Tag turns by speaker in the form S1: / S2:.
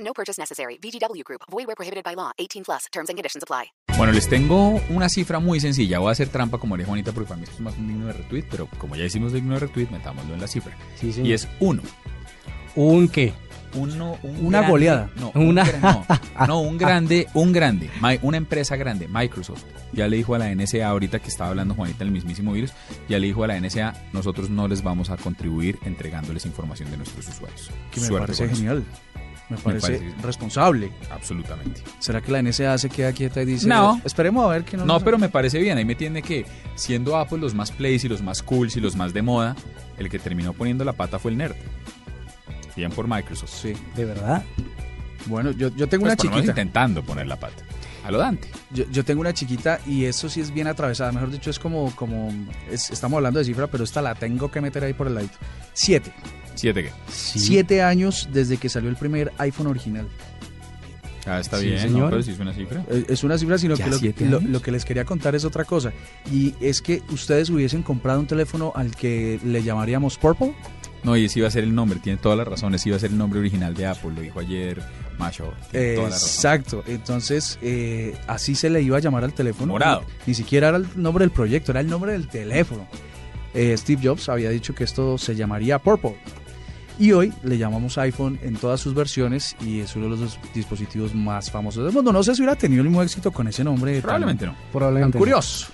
S1: No purchase necessary. VGW Group. Void where prohibited by law. 18 plus. Terms and conditions apply.
S2: Bueno, les tengo una cifra muy sencilla. Voy a hacer trampa como oreja bonita porque para mí esto es más un digno de retweet, pero como ya hicimos digno de retweet, metámoslo en la cifra.
S3: Sí, señor.
S2: Y es uno.
S3: ¿Un qué?
S2: Uno, un
S3: Una
S2: grande-
S3: goleada.
S2: No,
S3: Una-
S2: un, gran- no, no, un grande, un grande, mi- una empresa grande, Microsoft. Ya le dijo a la NSA ahorita que estaba hablando Juanita el mismísimo virus, ya le dijo a la NSA, nosotros no les vamos a contribuir entregándoles información de nuestros usuarios.
S4: Que me
S2: Suerte
S4: parece
S2: con eso.
S4: genial. Me parece,
S2: parece-
S4: responsable.
S2: Absolutamente.
S4: ¿Será que la NSA se queda quieta y dice?
S2: No.
S4: Esperemos a ver que no.
S2: No, pero me parece bien. Ahí me tiene que, siendo Apple los más plays y los más cools y los más de moda, el que terminó poniendo la pata fue el nerd. Bien por Microsoft.
S4: Sí.
S3: ¿De verdad?
S4: Bueno, yo, yo tengo
S2: Pues
S4: una
S2: por lo menos
S4: chiquita.
S2: intentando poner la pata. A lo Dante.
S4: Yo, yo tengo una chiquita y eso sí es bien atravesada. Mejor dicho, es como. como es- estamos hablando de cifra, pero esta la tengo que meter ahí por el ladito. Siete.
S2: Siete que.
S4: Siete años desde que salió el primer iPhone original.
S2: Ah, está
S3: Sí,
S2: bien, ¿no?
S3: señor.
S2: pero sí es una cifra.
S4: Eh, Es una cifra, sino
S2: ¿Ya
S4: que lo,
S2: siete
S4: lo-
S2: años?
S4: lo que les quería contar es otra cosa. Y es que ustedes hubiesen comprado un teléfono al que le llamaríamos Purple.
S2: No, y ese iba a ser el nombre, tiene todas las razones, iba a ser el nombre original de Apple, lo dijo ayer Macho. tiene toda la razón.
S4: Exacto, entonces eh, así se le iba a llamar al teléfono.
S2: Morado.
S4: Ni, ni siquiera era el nombre del proyecto, era el nombre del teléfono. Eh, Steve Jobs había dicho que esto se llamaría Purple. Y hoy le llamamos iPhone en todas sus versiones y es uno de los dos dispositivos más famosos del mundo. No sé si hubiera tenido el mismo éxito con ese nombre. tan-
S2: Probablemente no.
S4: Tan
S3: Probablemente. no.
S4: curioso.